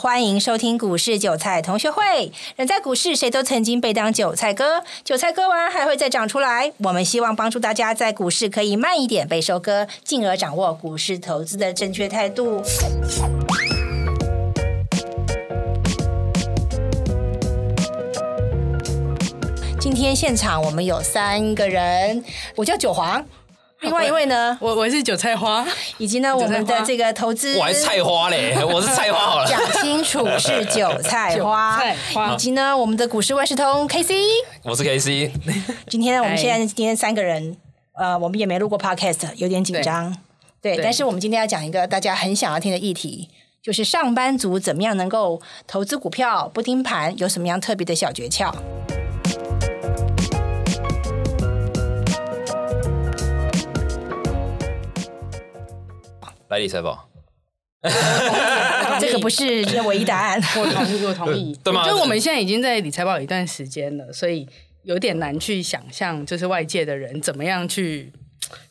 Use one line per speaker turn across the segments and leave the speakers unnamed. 欢迎收听股市韭菜同学会。人在股市，谁都曾经被当韭菜割，韭菜割完还会再长出来。我们希望帮助大家在股市可以慢一点被收割，进而掌握股市投资的正确态度。今天现场我们有三个人，我叫九黄，另外一位呢，
我我是韭菜花，
以及呢我们的这个投资
我还是菜花 嘞，我是菜花好了。
讲清楚是韭菜花
韭菜，花
以及呢我们的股市万事通 K C。
我是 K C，
今天呢，我们
嗨
现在今天三个人，呃，我们也没录过 podcast，有点紧张。对，
对
但是我们今天要讲一个大家很想要听的议题，就是上班族怎么样能够投资股票不盯盘，有什么样特别的小诀窍？
来理财宝，
这个不是唯一答案。
我同意，我同意
，对吗
就我们现在已经在理财报一段时间了，所以有点难去想象，就是外界的人怎么样去，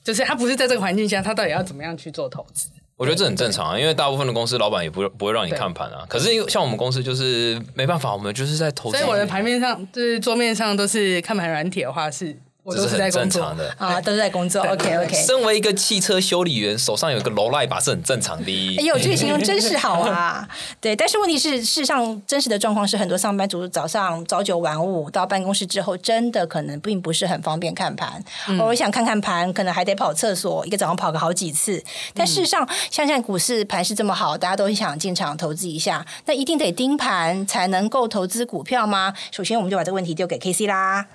就是他不是在这个环境下，他到底要怎么样去做投资？
我觉得这很正常啊，因为大部分的公司老板也不不会让你
对
看盘啊。可是因为像我们公司就是没办法，我们就是在投资，
所以我的盘面上，就是桌面上都是看盘软体的话，是我
这
都
是
是在
很
工
正
作
常。的。
啊，都是在工作。OK OK，
身为一个汽车修理员，手上有一个楼赖把是很正常
哎
的。
呦，这个形容真是好啊！对，但是问题是，事实上真实的状况是，很多上班族早上早九晚五到办公室之后，真的可能并不是很方便看盘。偶尔想看看盘，可能还得跑厕所，一个早上跑个好几次。但事实上，像现在股市盘势这么好，大家都想进场投资一下，那一定得盯盘才能够投资股票吗？首先，我们就把这个问题丢给 K C 啦。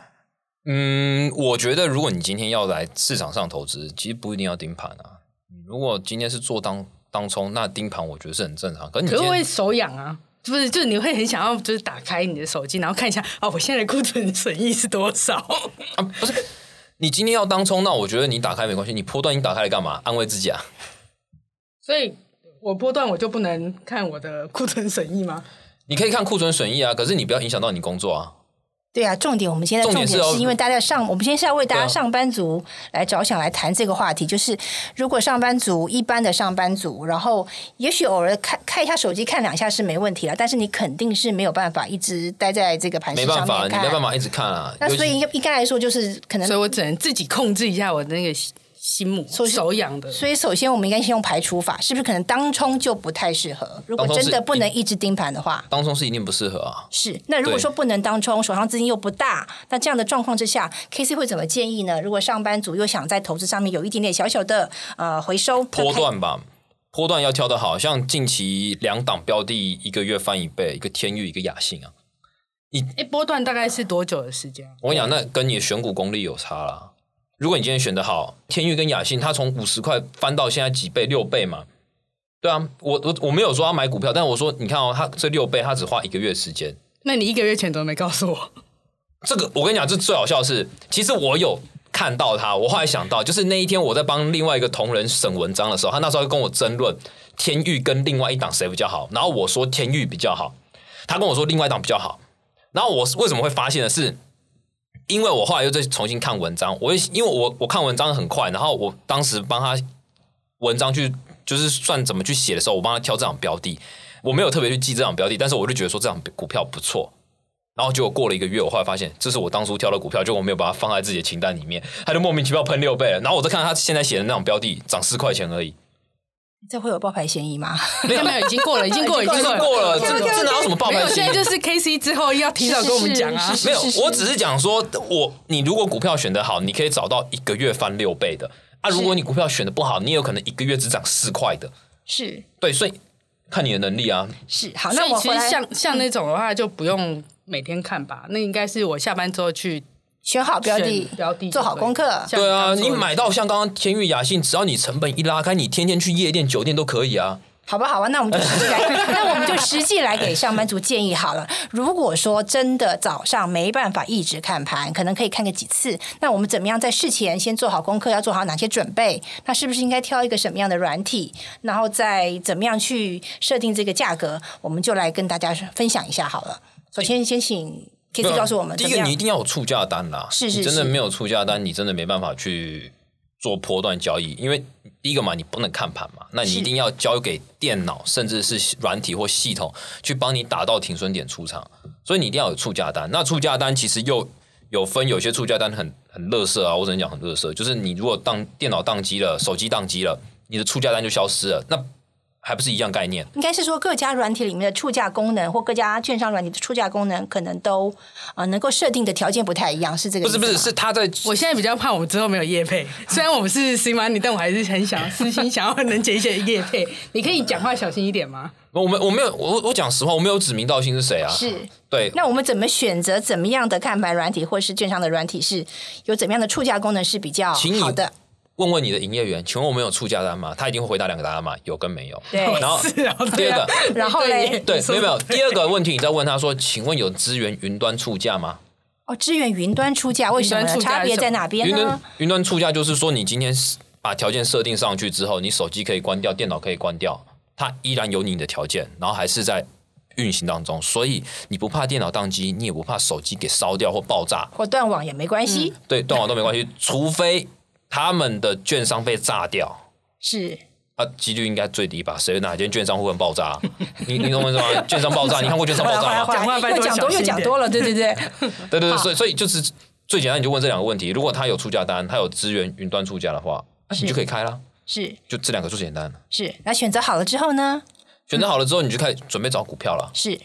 嗯，我觉得如果你今天要来市场上投资，其实不一定要盯盘啊。你如果今天是做当当冲，那盯盘我觉得是很正常。可是你
可
今
是
天
会手痒啊。不是，就是你会很想要，就是打开你的手机，然后看一下，哦，我现在的库存损益是多少？
啊，不是你今天要当冲，那我觉得你打开没关系。你波段你打开来干嘛？安慰自己啊。
所以我波段我就不能看我的库存损益吗？
你可以看库存损益啊，可是你不要影响到你工作啊。
对啊，重点我们现在重点
重点是
是
要
因为大家上，我们现在是要为大家
对啊
上班族来着想来谈这个话题，就是如果上班族一般的上班族，然后也许偶尔看看一下手机看两下是没问题了，但是你肯定是没有办法一直待在这个盘
没
市
办
上
法，
面
你没办
看。
法一直看啊。
那
尤
所
其
以应该来说，就是可能
所以我只能自己控制一下我的那个心心目
所以是
手痒的。
所以，首先我们应该先用排除法，是不是？可能当冲就不太适合。如果
当冲
真
是
的不能一直盯盘的话，
当中是一定不适合啊。
是。那如果说不能当冲，手上资金又不大，那这样的状况之下，K C 会怎么建议呢？如果上班族又想在投资上面有一点点小小的呃回收，那
波
K-
段吧，波段要挑的好，像近期两档标的一个月翻一倍，一个天域，一个雅信啊。
哎，波段大概是多久的时间啊？
我跟你讲，那跟你的选股功力有差啦。如果你今天选的好，天域跟雅信，它从五十块翻到现在几倍，六倍嘛。对啊，我我我没有说要买股票，但我说你看哦，它这六倍，它只花一个月时间。
那你一个月前怎么没告诉我？
这个我跟你讲，这最好笑的是，其实我有看到他，我后来想到，就是那一天我在帮另外一个同仁审文章的时候，他那时候跟我争论天域跟另外一档谁比较好，然后我说天域比较好，他跟我说另外一档比较好，然后我是为什么会发现的是，因为我后来又再重新看文章，我也因为我我看文章很快，然后我当时帮他文章去就是算怎么去写的时候，我帮他挑这档标的，我没有特别去记这档标的，但是我就觉得说这档股票不错，然后结果过了一个月，我后来发现这是我当初挑的股票，结果我没有把它放在自己的清单里面，它就莫名其妙喷六倍了。然后我再看到它现在写的那种标的，涨四块钱而已，
这会有爆牌嫌疑吗？
没有没有，已经过了，已经过 了，已
已
经
经
过了。
过了，这
OK，OK，OK
这哪有什么爆
没
牌
有，
机
现在就是 K C 之后要提早跟我们讲啊
是是。是
没有
是，
我只是讲说，我你如果股票选得好，你可以找到一个月翻六倍的啊。如果你股票选的不好，你也有可能一个月只涨四块的。
是
对，所以看你的能力啊。
是，好，
所
那
以
我
其
回来
实像像那种的话，就不用每天看吧。那应该是我下班之后去
选好标的
选，标的
做好功课。
像
对啊，
当做
你买到像刚刚天域、雅信，只要你成本一拉开，你天天去夜店、酒店都可以啊。
好吧，好吧，那我们就实际来， 那我们就实际来给上班族建议好了。如果说真的早上没办法一直看盘，可能可以看个几次，那我们怎么样在事前先做好功课，要做好哪些准备？那是不是应该挑一个什么样的软体，然后再怎么样去设定这个价格？我们就来跟大家分享一下好了。首先，先请 K
没
C
有
告诉我们
啊第
怎么
一个
样
你一定要有出价单啦，
是是
你真的
是
没有出价单，你真的没办法去做波段交易，因为第一个嘛，你不能看盘嘛，那你
是
一定要交给电脑，甚至是软体或系统去帮你打到停损点出场，所以你一定要有出价单。那出价单其实又有分，有些出价单很很乐色啊，我只能讲很乐色，就是你如果当电脑宕机了，手机宕机了，你的出价单就消失了，那还不是一样概念？
应该是说各家软体里面的出价功能，或各家券商软体的出价功能，可能都呃能够设定的条件不太一样，是这个
不
意思
是
吗？
不是，是他在
我现在比较怕我们之后没有业配， 虽然我们是 C money，但我还是很想私心想要能接一些业配。你可以讲话小心一点吗？
我们我没有我我讲实话，我没有指名道姓是谁啊？
是
对，
那我们怎么选择怎么样的看盘软体或是券商的软体是有怎么样的出价功能是比较
请你
好的？
问问你的营业员，请问我们有出价单吗？他一定会回答两个答案嘛，有跟没有。
对
然后
是啊，
第
对
二
啊
个，
然后嘞
耶
对
你，说
没有没有。
得对
第二个问题，你再问他说，请问有支援云端出价吗？
哦，支援云端出价，为什么
云端
呢？
出价
差别在哪边
云
呢
端？云端出价就是说，你今天把条件设定上去之后，你手机可以关掉，电脑可以关掉，它依然有你的条件，然后还是在运行当中，所以你不怕电脑宕机，你也不怕手机给烧掉或爆炸，
或断网也没关系，
对断网都没关系，除非他们的券商被炸掉。
是
啊，几率应该最低吧？谁哪间券商会不会爆炸、啊？ 你你懂我意思吗？券商爆炸，你看过券商
嗯
后来
爆
后来
炸
后
吗？
讲话
来
拜
又
托
讲多
小
又
心一点
讲多了，对对 对，
对对对，
好
所以所以就是最简单，你就问这两个问题。如果他有出价单，他有资源云端出价的话，那
是
你就可以开啦。
是
就这两个最简单，
是。那选择好了之后呢？
选择好了之后，你就开始准备找股票了。
是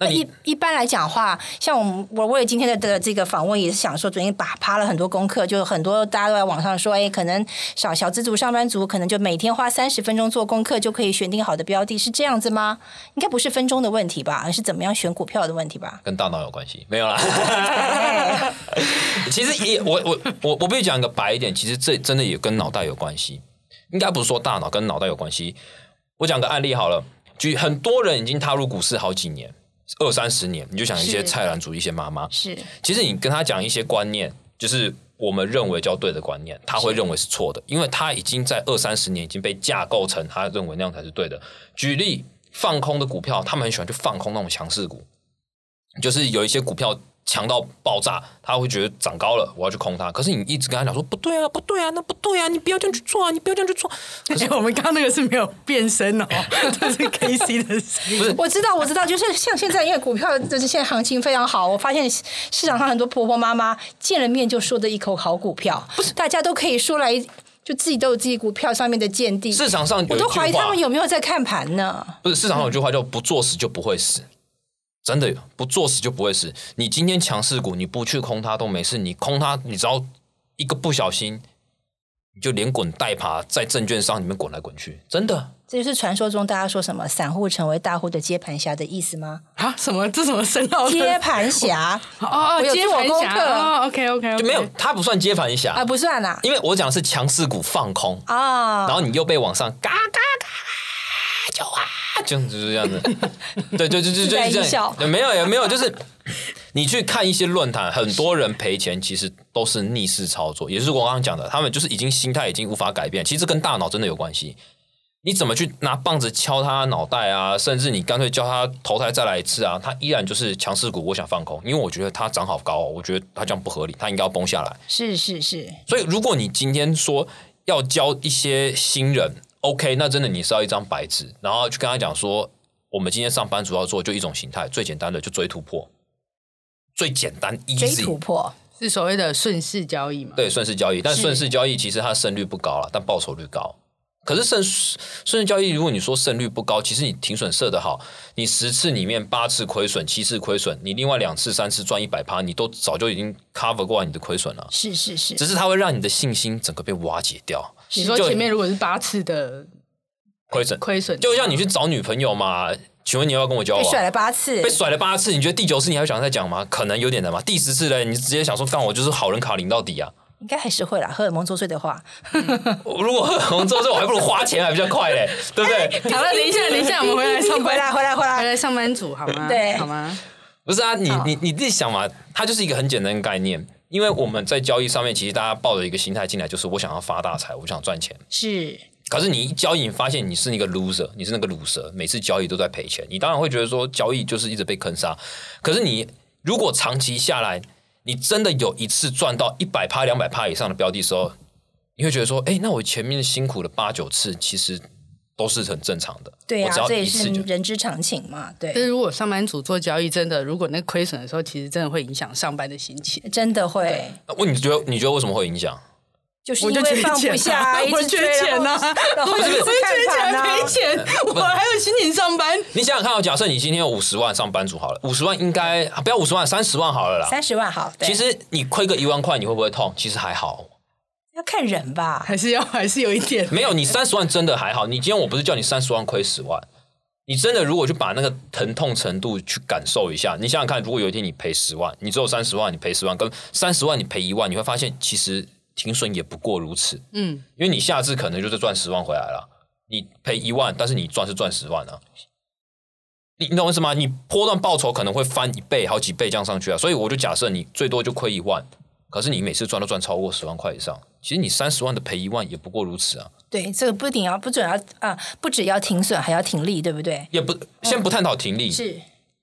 那
那一
你
一般来讲的话，像我们我为了今天的的这个访问，也是想说，昨天把趴了很多功课，就很多大家都在网上说，哎，可能小小资族、上班族，可能就每天花三十分钟做功课就可以选定好的标的，是这样子吗？应该不是分钟的问题吧，而是怎么样选股票的问题吧？
跟大脑有关系没有啦？
哎
其实也我我我我必须讲一个白一点，其实这真的也跟脑袋有关系，应该不是说大脑跟脑袋有关系。我讲个案例好了，举很多人已经踏入股市好几年，二三十年，你就想一些
是
菜篮族、一些妈妈，
是
其实你跟他讲一些观念，就是我们认为叫对的观念，他会认为是错的，因为他已经在二三十年已经被架构成他认为那样才是对的。举例，放空的股票，他们很喜欢去放空那种强势股，就是有一些股票。强到爆炸，他会觉得涨高了，我要去空它。可是你一直跟他讲说不对啊，不对啊，那不对啊，你不要这样去做啊，你不要这样去做。可是
哎 我们刚刚那个是没有变声哦， 这是 K C 的声 音。
我知道，我知道，就是 像现在，因为股票就是现在行情非常好，我发现市场上很多婆婆妈妈见了面就说的一口好股票，大家都可以说来，就自己都有自己股票上面的见地。
市场上有一
我
句
都
话，
怀疑他们有没有在看盘呢？
不是市场上有句话叫“不作死就不会死”，真的有不作死就不会死。你今天强势股你不去空它都没事，你空它，你只要一个不小心，你就连滚带爬在证券商里面滚来滚去，真的。
这就是传说中大家说什么散户成为大户的接盘侠的意思 吗？
啊，什么？这什么深奥的？
接盘侠
哦
我
哦，
有
接
做
盘
功
侠
课
哦，OK OK，
就没有，它不算接盘侠，
啊，不算啦
因为我讲的是强势股放空，
啊
然后你又被往上嘎嘎嘎就啊，这样子就是这样子，对对对对
自带
对，
音
这样
效
对没有也没有，就是你去看一些论坛，很多人赔钱其实都是逆势操作，也就是我刚刚讲的，他们就是已经心态已经无法改变，其实跟大脑真的有关系。你怎么去拿棒子敲他脑袋啊？甚至你干脆叫他投胎再来一次啊？他依然就是强势股，我想放空，因为我觉得它涨好高、哦，我觉得它这样不合理，它应该要崩下来。
是是是，
所以，如果你今天说要教一些新人，OK，那真的你是要一张白纸，然后去跟他讲说，我们今天上班族要做就一种形态，最简单的就追突破，最简单
追突
easy，
破
是所谓的顺势交易嘛？
对顺势交易。但
是
顺势交易其实它的胜率不高了，但报酬率高。可是胜顺势交易，如果你说胜率不高，其实你停损设得好，你十次里面八次亏损，七次亏损，你另外两次、三次赚一百趴，你都早就已经 cover 过你的亏损了。
是是是
只是它会让你的信心整个被瓦解掉。
你说
就
前面如果是八次的
亏损，
亏损，
就像你去找女朋友嘛，请问你要不要跟我交
被
往？
甩了八次
啊被，甩了八次，你觉得第九次你还想再讲吗？可能有点难吧。第十次嘞，你直接想说，干我就是好人卡领到底啊！
应该还是会啦。荷尔蒙作祟的话，
我如果红之后，我还不如花钱还比较快 嘞，对不
哎
对？
好 了，等一下，等一下，我们回来上
回
班，
来回来回
回
来，
来上班族好吗？
对
好吗？
不是啊，你你你自己想嘛，它就是一个很简单的概念。因为我们在交易上面，其实大家抱着一个心态进来，就是我想要发大财，我想赚钱。
是
可是你一交易，你发现你是那个 loser，你是那个 loser，每次交易都在赔钱，你当然会觉得说交易就是一直被坑杀。可是你如果长期下来，你真的有一次赚到一百趴、两百趴以上的标的时候，你会觉得说，哎，那我前面辛苦的八九次其实都是很正常的，
对
我
啊
只，要
这也
一次
是
就嗯
人之常情嘛，
但是
对，
如果上班族做交易，真的如果那亏损的时候，其实真的会影响上班的心情。
真的会，
那问你觉得你觉得为什么会影响？
就是
我
因
就
为
缺
放不
钱
下
啊
啊，一
我
直
缺
追
钱
然
啊
后然后
我
一
是
直看盘啊
赔钱， 我还有心情上班。
你想想看哦，假设你今天有五十万上班族好了，五十万应该啊不要五十万，三十万好了啦。
三十万好，对
其实你亏个一万块，你会不会痛？其实还好，
要看人吧，
还是要还是有一点
没有你三十万真的还好。你今天我不是叫你三十万亏十万，你真的如果去把那个疼痛程度去感受一下，你想想看，如果有一天你赔十万，你只有三十万，你赔十万，跟三十万你赔一万，你会发现其实停损也不过如此。
嗯，
因为你下次可能就是赚十万回来了，你赔一万，但是你赚是赚十万啊。你你懂我意思吗？你波段报酬可能会翻一倍、好几倍这样上去啊，所以我就假设你最多就亏一万，可是你每次赚都赚超过十万块以上，其实你三十万的赔一万也不过如此啊，
对，这个不仅要不准要啊，不只要停损，还要停利，对不对？
也不先不探讨停利，
是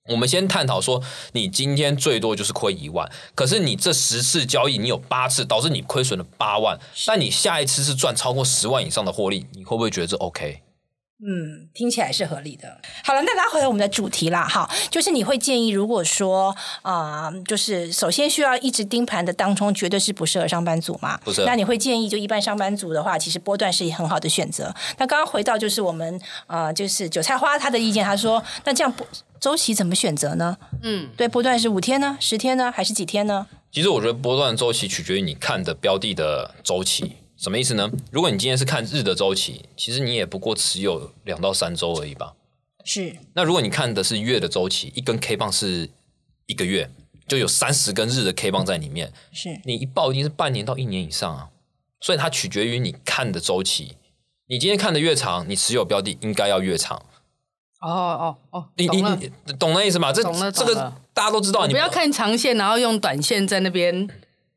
我们先探讨说，你今天最多就是亏一万，可是你这十次交易，你有八次导致你亏损了八万，但你下一次是赚超过十万以上的获利，你会不会觉得这 OK？
嗯，听起来是合理的。好了，那拉回来我们的主题啦，哈，就是你会建议，如果说啊、就是首先需要一直盯盘的当中，绝对是不适合上班族嘛。
不适合
那你会建议，就一般上班族的话，其实波段是很好的选择。那刚刚回到就是我们啊、就是韭菜花他的意见，他说，那这样波周期怎么选择呢？嗯，对，波段是五天呢，十天呢，还是几天呢？
其实我觉得波段周期取决于你看的标的的周期，什么意思呢？如果你今天是看日的周期，其实你也不过持有两到三周而已吧。
是
那如果你看的是月的周期，一根 K 棒是一个月，就有三十根日的 K 棒在里面，
是，
你一报一定是半年到一年以上啊，所以它取决于你看的周期。你今天看的越长，你持有标的应该要越长。
哦哦哦，
你
懂
你
了。
你懂那意思吗？这
懂了
这
懂
个
了
大家都知道，你
不要看长线，然后用短线在那边，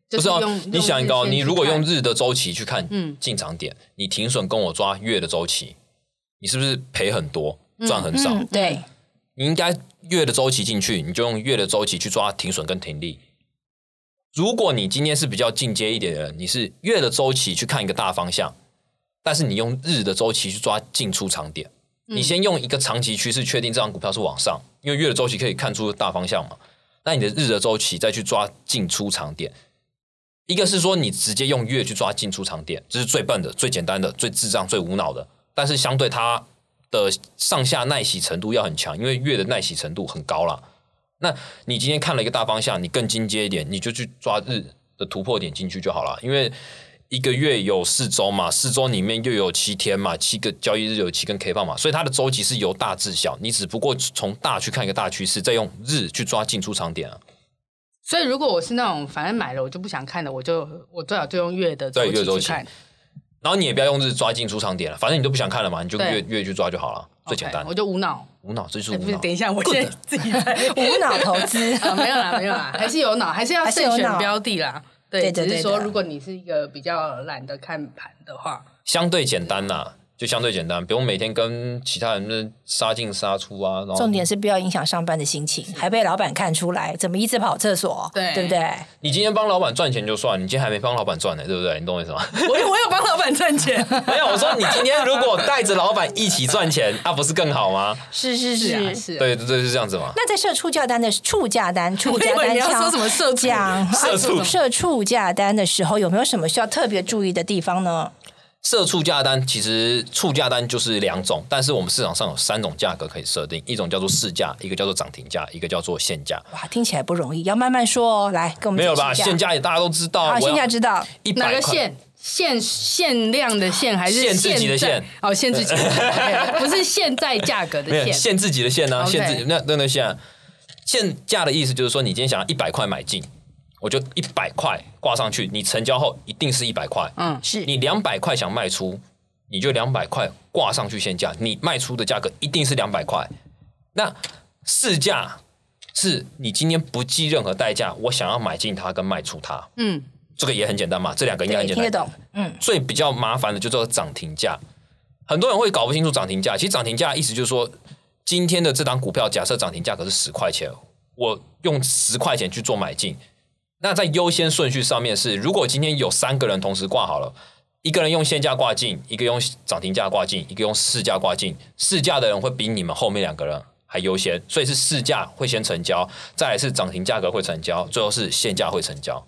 就
不是哦
用，
你想一个
日
哦，
线去
你如果
看
用日的周期去看
嗯
进场点，你停损跟我抓月的周期，你是不是赔很多，赚很少？
嗯， 对，
你应该月的周期进去，你就用月的周期去抓停损跟停利。如果你今天是比较进阶一点的人，你是月的周期去看一个大方向，但是你用日的周期去抓进出场点，你先用一个长期趋势确定这张股票是往上，因为月的周期可以看出大方向嘛。那你的日的周期再去抓进出场点，一个是说你直接用月去抓进出场点，这是最笨的、最简单的、最智障、最无脑的，但是相对它的上下耐洗程度要很强，因为月的耐洗程度很高啦。那你今天看了一个大方向，你更进阶一点，你就去抓日的突破点进去就好了，因为。一个月有四周嘛，四周里面又有七天嘛，七个交易日有七根 K 棒嘛，所以它的周期是由大至小，你只不过从大去看一个大趋势，再用日去抓进出场点啊。
所以如果我是那种反正买了我就不想看的，我就我最好就用月的周
对月周
期
期
去看。
然后你也不要用日抓进出场点了，反正你都不想看了嘛，你就
对
越越去抓就好了，最简单
OK，我。就无脑。
无脑，这就是
哎不
无
是，
脑
等。一下，我现在自己 在
无脑投 资
。啊，
嗯
没有啦，没有啦，还是有脑，还是要
还是有
慎选
脑
标的啦。
对
对，
的
只是
对
说
的
如果你是一个比较懒得看盘的话，
相对简单呐、就相对简单，不用每天跟其他人那杀进杀出啊。
哦
然后
重点是不要影响上班的心情，还被老板看出来，怎么一直跑厕所？
对
对不对？
你今天帮老板赚钱就算，你今天还没帮老板赚呢，对不对？你懂我意思吗？
我有我有帮老板赚钱，
没有，我说你今天如果带着老板一起赚钱，那、不是更好吗？
是 是
是啊是啊。
对对对，是这样子嘛。
那在设出价单的出价单，出价
我以为
单
你要
上
说什么社畜
讲
社 畜
设出价单的时候，有没有什么需要特别注意的地方呢？
设促价单其实促价单就是两种，但是我们市场上有三种价格可以设定，一种叫做市价，一个叫做涨停价，一个叫做限价。
哇，听起来不容易，要慢慢说哦。来，跟我们
没有吧？
解释
限
一下
价也大家都知道，
哦
啊，
我
限价
要
知道
一
哪
百
个
块。
限？限限量的限还是
限制级的
在
限？
哦，限制级的 限，不是现在价格
没
的
有
限。
限制级的限啊，
OK
限制那那那限啊限价的意思就是说，你今天想要一百块买进，我就一百块挂上去，你成交后一定是一百块。
嗯，
是
你两百块想卖出，你就两百块挂上去限价，你卖出的价格一定是两百块。那市价是你今天不计任何代价，我想要买进它跟卖出它，
嗯，
这个也很简单嘛，这两个应该
对
很简
听得
单。
懂，嗯，
最比较麻烦的就叫做涨停价。很多人会搞不清楚涨停价，其实涨停价意思就是说，今天的这档股票假设涨停价格是十块钱，我用十块钱去做买进，那在优先顺序上面是，如果今天有三个人同时挂好了，一个人用限价挂进，一个用涨停价挂进，一个用市价挂进，市价的人会比你们后面两个人还优先，所以是市价会先成交，再来是涨停价格会成交，最后是限价会成交。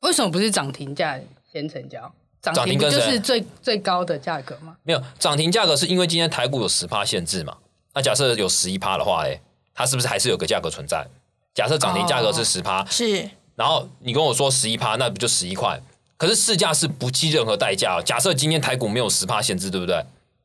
为什么不是涨停价先成交？涨
涨停
停不
跟
就
谁
是最最高的价格吗？
没有涨停价格是因为今天台股有十趴限制嘛？那假设有十一趴的话，哎，它是不是还是有个价格存在？假设涨停价
哦
格是十趴，
是
然后你跟我说十一趴，那不就十一块？可是市价是不计任何代价哦。假设今天台股没有十趴限制，对不对？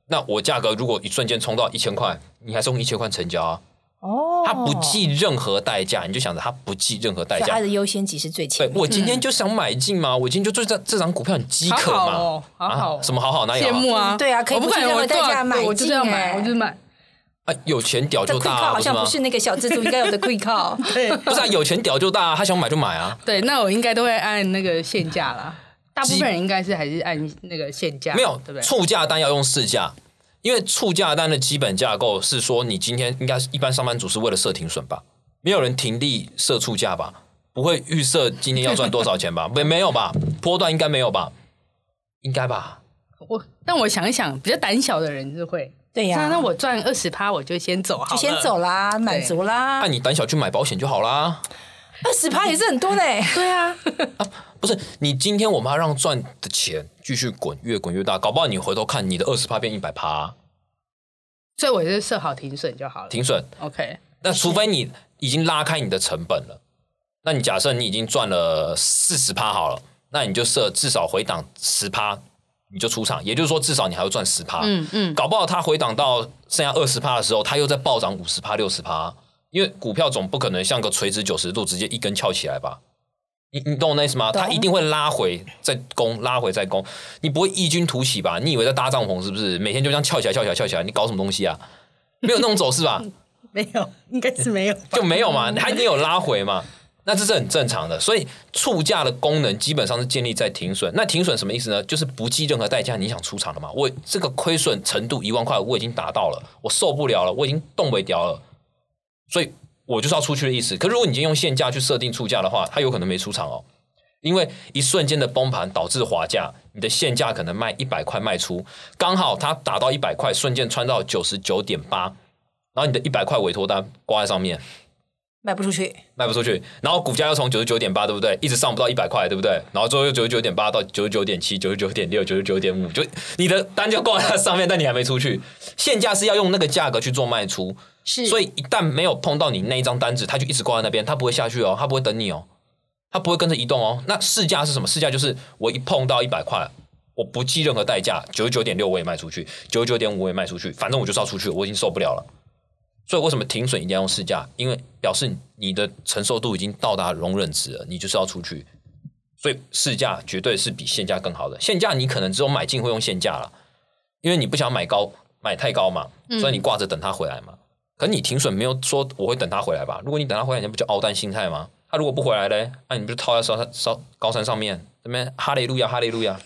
那我价格如果一瞬间冲到一千块，你还是用一千块成交啊？
哦，
它不计任何代价，你就想着它不计任何代
所以它
啊
价。
的优先级是最
对
哎
前面。
我今天就想买进嘛，我今天就对这这张股票很饥渴
嗯好
嘛，
好哦，好好哦
啊，什么好好哪有
羡
好
慕啊！
嗯对啊可以
我不
不计
管
任何
我多
代价
少，
买
对我就是要
进
买，
欸
我就是买。
啊？有钱屌
这
就
quick
大、
call
啊，
好像
不
不
是
是
吗？
那个小资族应该有的 quick call。
对
不是啊，有钱屌就大、啊，他想买就买啊。
对，那我应该都会按那个限价啦。大部
基
分人应该是还是按那个限价，
没有
啊对不对？
促价单要用市价，因为促价单的基本架构是说，你今天应该是一般上班族是为了设停损吧？没有人停利设促价吧？不会预设今天要赚多少钱吧？ 没没有吧？波段应该没有吧？应该吧？
我但我想一想，比较胆小的人是会，
对哎呀、
那那我赚二十趴，我就先走好
就
了，
先。走啦，满足啦
那、。你胆小去买保险就好啦。
二十趴也是很多欸呢。
对啊，
不是，你今天我们要让赚的钱继续滚，越滚越大，搞不好你回头看你的二十趴变一百趴
所以我就设好停损就好了。
停损，
OK，
那除非你已经拉开你的成本了，那你假设你已经赚了四十趴好了，那你就设至少回档十趴，你就出场，也就是说至少你还会赚十趴。
嗯嗯，
搞不好它回档到剩下二十趴的时候，它又在暴涨五十趴、六十趴，因为股票总不可能像个垂直九十度直接一根翘起来吧？你你懂我那意思吗？
懂
它一定会拉回再攻，拉回再攻，你不会异军突起吧？你以为在搭帐篷是不是？每天就这样翘起来、翘起来、翘起来，你搞什么东西啊？没有那种走势吧？
没有，应该是没有。
就没有嘛，它一定有拉回嘛，那这是很正常的。所以促价的功能基本上是建立在停损。那停损什么意思呢？就是不计任何代价，你想出场了嘛？我这个亏损程度一万块，我已经达到了，我受不了了，我已经动不掉了，所以我就是要出去的意思。可如果你今天用限价去设定促价的话，它有可能没出场哦。因为一瞬间的崩盘导致滑价，你的限价可能卖一百块卖出，刚好它打到一百块，瞬间穿到九十九点八，然后你的一百块委托单挂在上面，
卖不出去，
卖不出去，然后股价又从九十九点八，对不对？一直上不到一百块，对不对？然后最后又九十九点八到九十九点七、九十九点六、九十九点五，就你的单就挂在它上面，但你还没出去。现价是要用那个价格去做卖出，
是
所
以
以一旦没有碰到你那一张单子，它就一直挂在那边，它不会下去哦，它不会等你哦，它不会跟着移动哦。那市价是什么？市价就是我一碰到一百块，我不计任何代价，九十九点六我也卖出去，九十九点五我也卖出去，反正我就是要出去，我已经受不了了。所以为什么停损一定要用市价？因为表示你的承受度已经到达容忍值了，你就是要出去。所以市价绝对是比现价更好的。现价你可能只有买进会用现价了，因为你不想买高买太高嘛，所以你挂着等它回来嘛。可你停损没有说我会等它回来吧？如果你等它回来，你不就凹单心态吗？他如果不回来嘞，那、你不就套在烧烧高山上面这边哈雷路亚哈雷路 亚，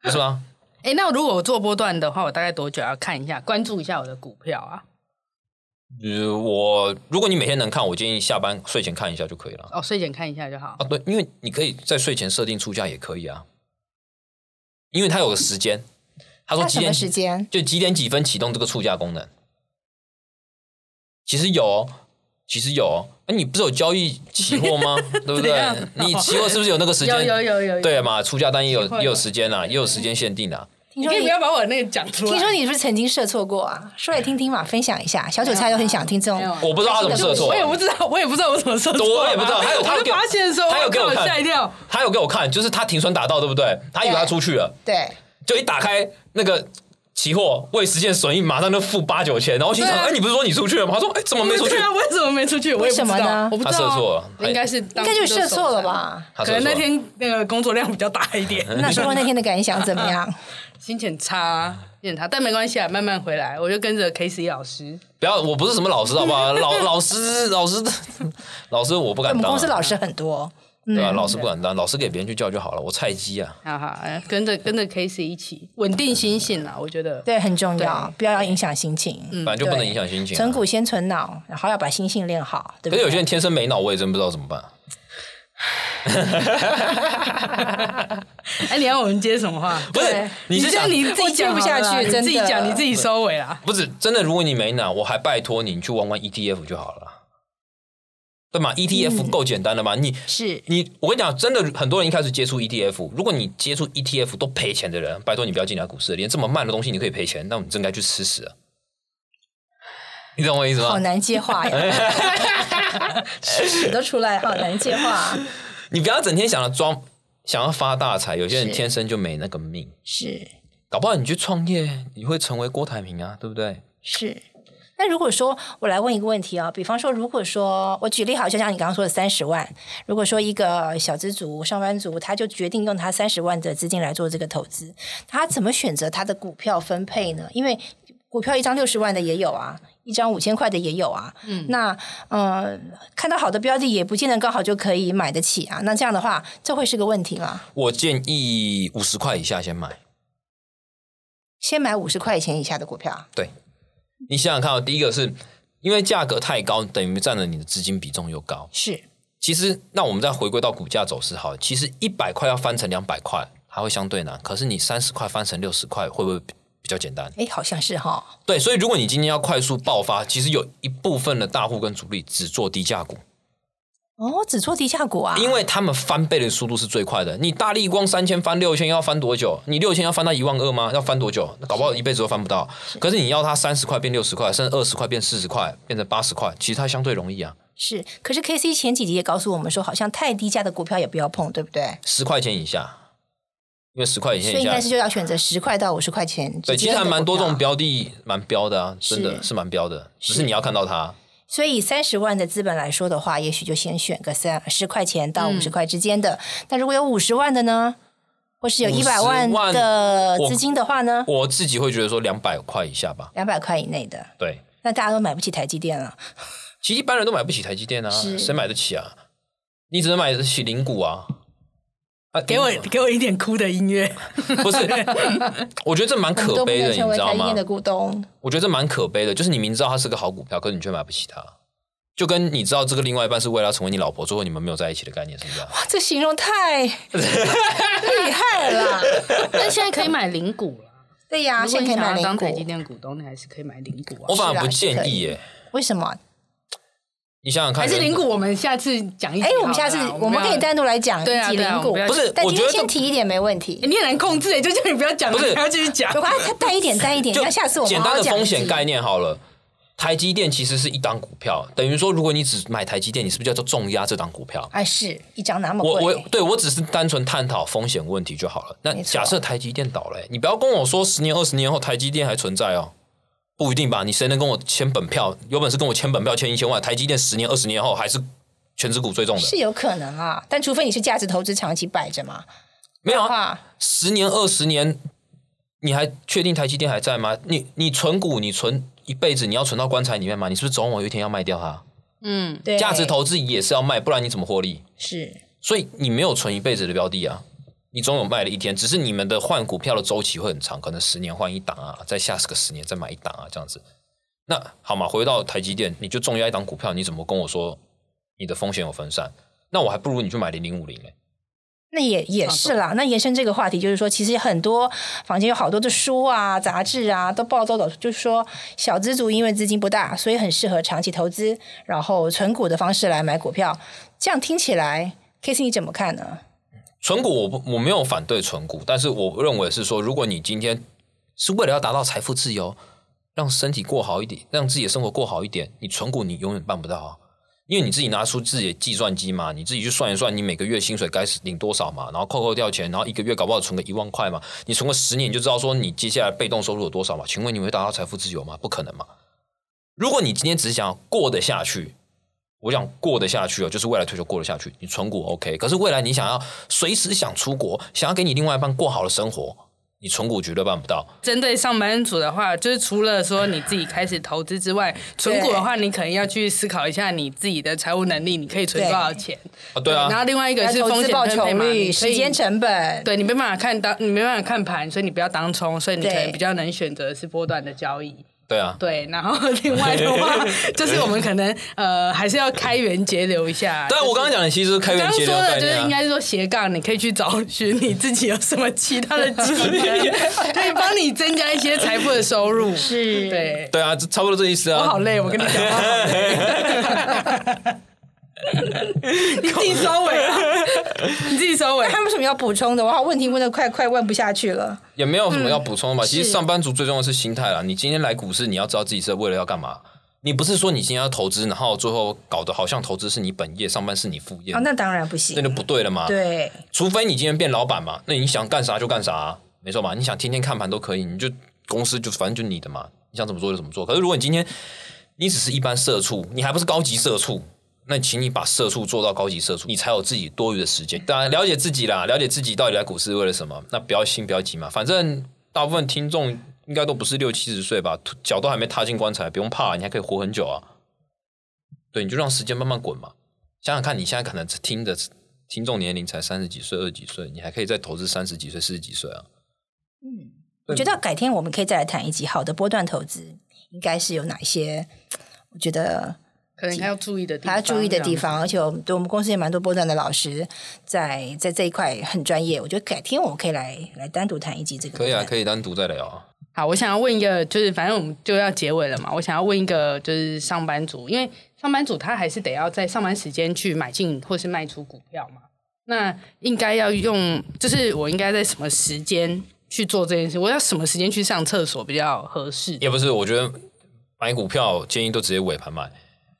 不是吗？
哎，那如果我做波段的话，我大概多久要看一下，关注一下我的股票啊？
呃，我如果你每天能看，我建议下班睡前看一下就可以了。
哦，睡前看一下就好。
啊，对，因为你可以在睡前设定出价也可以啊，因为它有个时间，他说
它
几
什
点
么时间？
就几点几分启动这个促价功能。其实有哦，其实有哦，哎，你不是有交易期货 吗？对不
怎
对
样？
你期货是不是有那个时
啊有有
间？
有有，有，
对嘛，出价单也
期
有
货有
也有时间啊啦，也有时间限定啦。
听
你
说
可以
你
不要把我那个讲出来。
听说你是不是曾经射错过啊？说来听听嘛，分享一下。小韭菜都很想听这
没有啊
种。
我不知道他怎么设错啊
哎我，也不知道，我也不知道我怎么设错，
我也不知道还有他
我
给
就
我
发现的时候，
他有给我
我靠
看
吓一跳，
他有给我看，就是他停损打到，对不对？他以为他出去了，
对，
就一打开那个期货未实现损益，马上就负八九千，然后心想：
对啊
哎，你不是说你出去了吗？他说：哎，怎么没出去
对？啊，为什么没出去？我也不知
为什么
道
呢，
我不知道啊。
他射错了他
应该是应
应该就是射错了？ 吧？
他
可
说
能那
错了
天那个工作量比较大一点，
那说说那天的感想怎么样？
心情很差啊，心情很差，但没关系啊，慢慢回来。我就跟着 K C 老师，
不要，我不是什么老师，好不好？老老师，老师， 老师，我不敢
我
当、
们
啊。
公司老师很多，
对
嗯
吧、老师不敢当，老师给别人去叫就好了。我菜鸡啊，
哈哈，哎跟着跟着 K C 一起稳定心性啊，我 觉得。
对，很重要，不要影响心情。
反正就不能
嗯对
影响心情、
存
啊。
股先存脑，然后要把心性练好，对不
可是有
对？
些人天生没脑，我也真不知道怎么办。
哎，你要我们接什么话？
不是
对，
你是
这样
想
你自己讲
我接不下
好了啦
去
你自己
真的
讲，你自己收尾啦。
不是真的？如果你没拿，我还拜托你去玩玩 ETF 就好了，对吗？ETF
嗯
够简单了吗？你
是
你，我跟你讲，真的很多人一开始接触 ETF，如果你接触 ETF 都赔钱的人，拜托你不要进来股市，连这么慢的东西你可以赔钱，那我们真该去吃屎啊！你懂我意思
好
吗？
难接话呀， 屎都出来，好难接话。啊
你不要整天想着装，想要发大财，有些人
是
天生就没那个命，
是
搞不好你去创业，你会成为郭台铭啊，对不对？
是。那如果说我来问一个问题啊，比方说，如果说我举例好，就像你刚刚说的三十万，如果说一个小资族、上班族，他就决定用他三十万的资金来做这个投资，他怎么选择他的股票分配呢？因为股票一张六十万的也有啊，一张五千块的也有啊。嗯，那呃，看到好的标的也不见得刚好就可以买得起啊。那这样的话，这会是个问题吗？
我建议五十块以下先买。
先买五十块钱以下的股票啊，
你想想看、哦，第一个是因为价格太高，等于占了你的资金比重又高。
是
其实，那我们再回归到股价走势好了，其实一百块要翻成两百块，还会相对难。可是你三十块翻成六十块，会不会比比较简单？
哎，好像是哈、
对，所以如果你今天要快速爆发，其实有一部分的大户跟主力只做低价股，
哦，只做低价股啊，
因为他们翻倍的速度是最快的。你大力光三千翻六千要翻多久？你六千要翻到一万二吗？要翻多久？那搞不好一辈子都翻不到。可是你要它三十块变六十块，甚至二十块变四十块，变成八十块，其实它相对容易啊。
是，可是 K C 前几集也告诉我们说，好像太低价的股票也不要碰，对不对？
十块钱以下，因为十
所
块
以
钱以
应
下
该，是就要选择十块到五十块钱之
对，其
间
实
的
还蛮多这种
股票。
标的，蛮标的啊，真的
是
是蛮标的，只是
是
你要看到它。
所以三十万的资本来说的话，也许就先选个三十块钱到
嗯
五十块之间的。那如果有五十万的呢，或是有一百万
50万
的
我
资金的话呢，
我自己会觉得说两百块以下吧，
两百块以内的，
对，
那大家都买不起台积电了。
其实一般人都买不起台积电啊，
是
谁买得起啊？你只能买得起零股啊。啊，
给我
零股
给我一点哭的音乐，
不是，我觉得这蛮
我们
可
都不
悲的，
能
你
成为
知
台
道
积
吗
电？的股东，
我觉得这蛮可悲的，就是你明知道它是个好股票，可是你却买不起它，就跟你知道这个另外一半是为了要成为你老婆，最后你们没有在一起的概念是一样。
哇，这形容太 厉害了。
但现在可以买零股了。
对呀，
如果
啊现
你
在可以
想
买
要
零
当台积
股，
电股东，你还是可以买零股
我
啊。
反
是
而
啦
不
是可
建
以
议耶、
为什么？
你想想看，
还是
人
零股，我们下次讲一集
哎
好了啦。，啊
我们下次我们可以
带。
单独来讲一
对啊
集
对啊
零
我们
股
不要，
不是
但
我
今
觉
天
得
先提一点没问
欸
题。
你很难控制哎，就叫你不要讲了，
不是
你还要继续讲
有。关它 带一点，带一点，
就
那下次我们
简
好
单
好
的
讲一
风
集
险概念好了。台积电其实是一档股票，等于说，如果你只买台积电，你是不是叫做重压这档股票？
啊，是一张那么
我哦我
贵，
对我只是单纯探讨风险问题就好了。那
没错
假设台积电倒了、欸你不要跟我说十年、二十年后台积电还存在哦，不一定吧？你谁能跟我签本票？有本事跟我签本票，签一千万，台积电十年、二十年后还是全指股最重的？
是有可能啊，但除非你是价值投资长期摆着嘛，
没有
的
啊，
话
十年、二十年，你还确定台积电还在吗？你你存股，你存一辈子，你要存到棺材里面吗？你是不是总有一天要卖掉它？
嗯，
对
价值投资也是要卖，不然你怎么获利？
是
所以你没有存一辈子的标的啊，你总有卖的一天。只是你们的换股票的周期会很长，可能十年换一档啊，再下个十年再买一档啊，这样子。那好嘛，回到台积电，你就重压一档股票，你怎么跟我说你的风险有分散？那我还不如你去买零零五零欸嘞。
那也也是啦。那延伸这个话题，就是说，其实很多坊间有好多的书啊、杂志啊，都报道的，就是说小资族因为资金不大，所以很适合长期投资，然后存股的方式来买股票。这样听起来，K C 你怎么看呢？
存股我不我没有反对存股，但是我认为是说，如果你今天是为了要达到财富自由，让身体过好一点，让自己的生活过好一点，你存股你永远办不到啊。因为你自己拿出自己的计算机嘛，你自己去算一算，你每个月薪水该是领多少嘛，然后扣扣掉钱，然后一个月搞不好存个一万块嘛，你存个十年你就知道说你接下来被动收入有多少嘛？请问你会达到财富自由吗？不可能嘛。如果你今天只是想要过得下去，我想过得下去哦，就是未来退休过得下去，你存股 OK，可是未来你想要随时想出国，想要给你另外一半过好的生活，你存股绝对办不到。
针对上班族的话，就是除了说你自己开始投资之外，存股的话，你可能要去思考一下你自己的财务能力，你可以存多少钱。
啊，对啊，
然后另外一个
来
是
投
风
资
险
报
分
酬
配嘛，
率、
你可以
时间成 本，
对你没办法看当，你没办法看盘，所以你不要当冲，所以你可能比较能选择是波段的交易。
对啊，
对，然后另外的 话就是我们可能呃还是要开源节流一下。
对啊，
就是
我刚刚讲的其实是开
刚
源
刚
节流
说的
概
就是应
念啊。
该是说斜杠，你可以去找寻你自己有什么其他的技 能，可以帮你增加一些财富的收入。
是
对，
对啊，这差不多这意思
我好
啊。
累，我 跟你讲话好累。你自己收尾啊，你自己收尾
还。有什么要补充的？我好问题问的快快问不下去了。
也没有
嗯
什么要补充的吧。其实
是
上班族最重要的是心态啦。你今天来股市，你要知道自己是为了要干嘛。你不是说你今天要投资，然后最后搞得好像投资是你本业，上班是你副业
哦，，那当然不
那
行。
就不对了嘛。
对，
除非你今天变老板嘛，那你想干啥就干啥、啊，没错吧？你想天天看盘都可以，你就公司就反正就你的嘛，你想怎么做就怎么做。可是如果你今天你只是一般社畜，你还不是高级社畜，那请你把社畜做到高级社畜，你才有自己多余的时间。当然了解自己啦，了解自己到底来股市为了什么，那不要心不要急嘛，反正大部分听众。应该都不是六七十岁吧，脚都还没踏进棺材，不用怕、你还可以活很久啊。对，你就让时间慢慢滚嘛。想想看，你现在可能听的听众年龄才三十几岁、二十几岁，你还可以再投资三十几岁、四十几岁啊。
我觉得改天我们可以再来谈一集好的波段投资，应该是有哪些？我觉得
可能他要注意的地方，
还要注意的地方，而且我们对我们公司也蛮多波段的老师在在这一块很专业。我觉得改天我们可以来来单独谈一集这个。
可以啊，
以。
可以单独再聊啊。
好，我想要问一个，就是反正我们就要结尾了嘛，我想要问一个，就是上班族，因为上班族他还是得要在上班时间去买进或是卖出股票嘛，那应该要用，就是我应该在什么时间去做这件事？我要什么时间去上厕所比较合适？
也不是，我觉得买股票建议都直接尾盘买，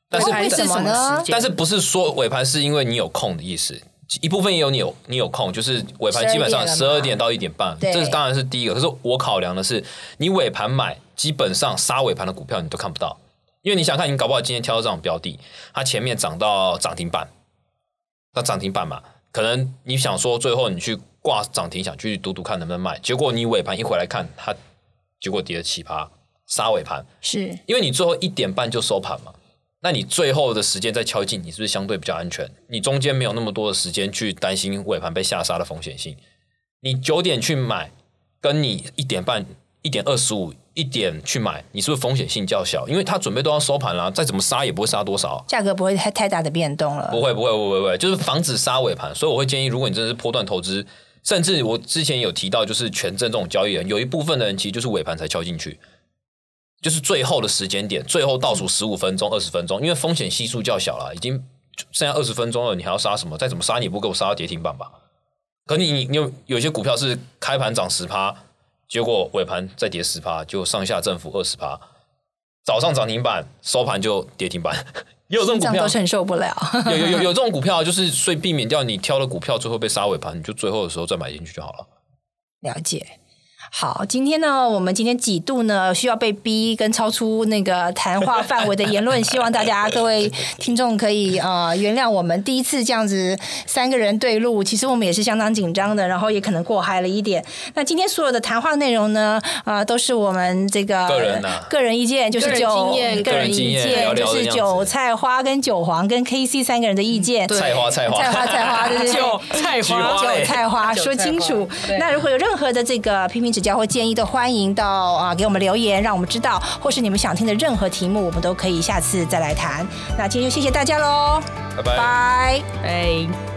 但是
哦为什么呢
什么时间
但是不是说尾盘是因为你有空的意思？一部分也有你有你有空，就是尾盘基本上
12
十
点了
二
嘛
点到一点半，
对
这是当然是第一个。可是我考量的是，你尾盘买，基本上杀尾盘的股票你都看不到，因为你想看，你搞不好今天挑到这种标的，它前面涨到涨停板，那涨停板嘛，可能你想说最后你去挂涨停，想去赌赌看能不能卖，结果你尾盘一回来看，它结果跌了七趴，杀尾盘，
是
因为你最后一点半就收盘嘛，那你最后的时间再敲进，你是不是相对比较安全？你中间没有那么多的时间去担心尾盘被下杀的风险性。你九点去买，跟你一点半、一点二十五、一点去买，你是不是风险性较小？因为他准备都要收盘了、再怎么杀也不会杀多少啊。
价格不会太太大的变动了。
不会，不会，不会，不会，就是防止杀尾盘。所以我会建议，如果你真的是波段投资，甚至我之前有提到，就是权证这种交易人，有一部分的人其实就是尾盘才敲进去，就是最后的时间点，最后倒数十五分钟、二十分钟，因为风险系数较小了，已经剩下二十分钟了，你还要杀什么？再怎么杀，你也不给我杀到跌停板吧？可你你你有有些股票是开盘涨十趴，结果尾盘再跌十趴，就上下振幅二十趴，早上涨停板，收盘就跌停板，也有这
这
种股
样
票
都承受不了。
有有有有这种股票，就是所以避免掉你挑的股票最后被杀尾盘，你就最后的时候再买进去就好了。
了解。好，今天呢，我们今天几度呢需要被逼跟超出那个谈话范围的言论，希望大家各位听众可以呃原谅我们第一次这样子三个人对路，其实我们也是相当紧张的，然后也可能过嗨了一点。那今天所有的谈话内容呢，呃，都是我们这个
个人啊
个人意见，就
个
是
人
酒
经验
个人
个人经
意
验
见
聊聊
就
的
是
样子
韭菜花跟韭黄跟 K C 三个人的意见，
对
菜花菜 花
菜花菜花，对对对，
韭菜
菊
花哎
花
韭菜花
韭菜花
说清楚
对。
那如果有任何的这个批评指教或建议都欢迎到啊、给我们留言，让我们知道，或是你们想听的任何题目，我们都可以下次再来谈。那今天就谢谢大家喽，
拜拜。
拜。
哎。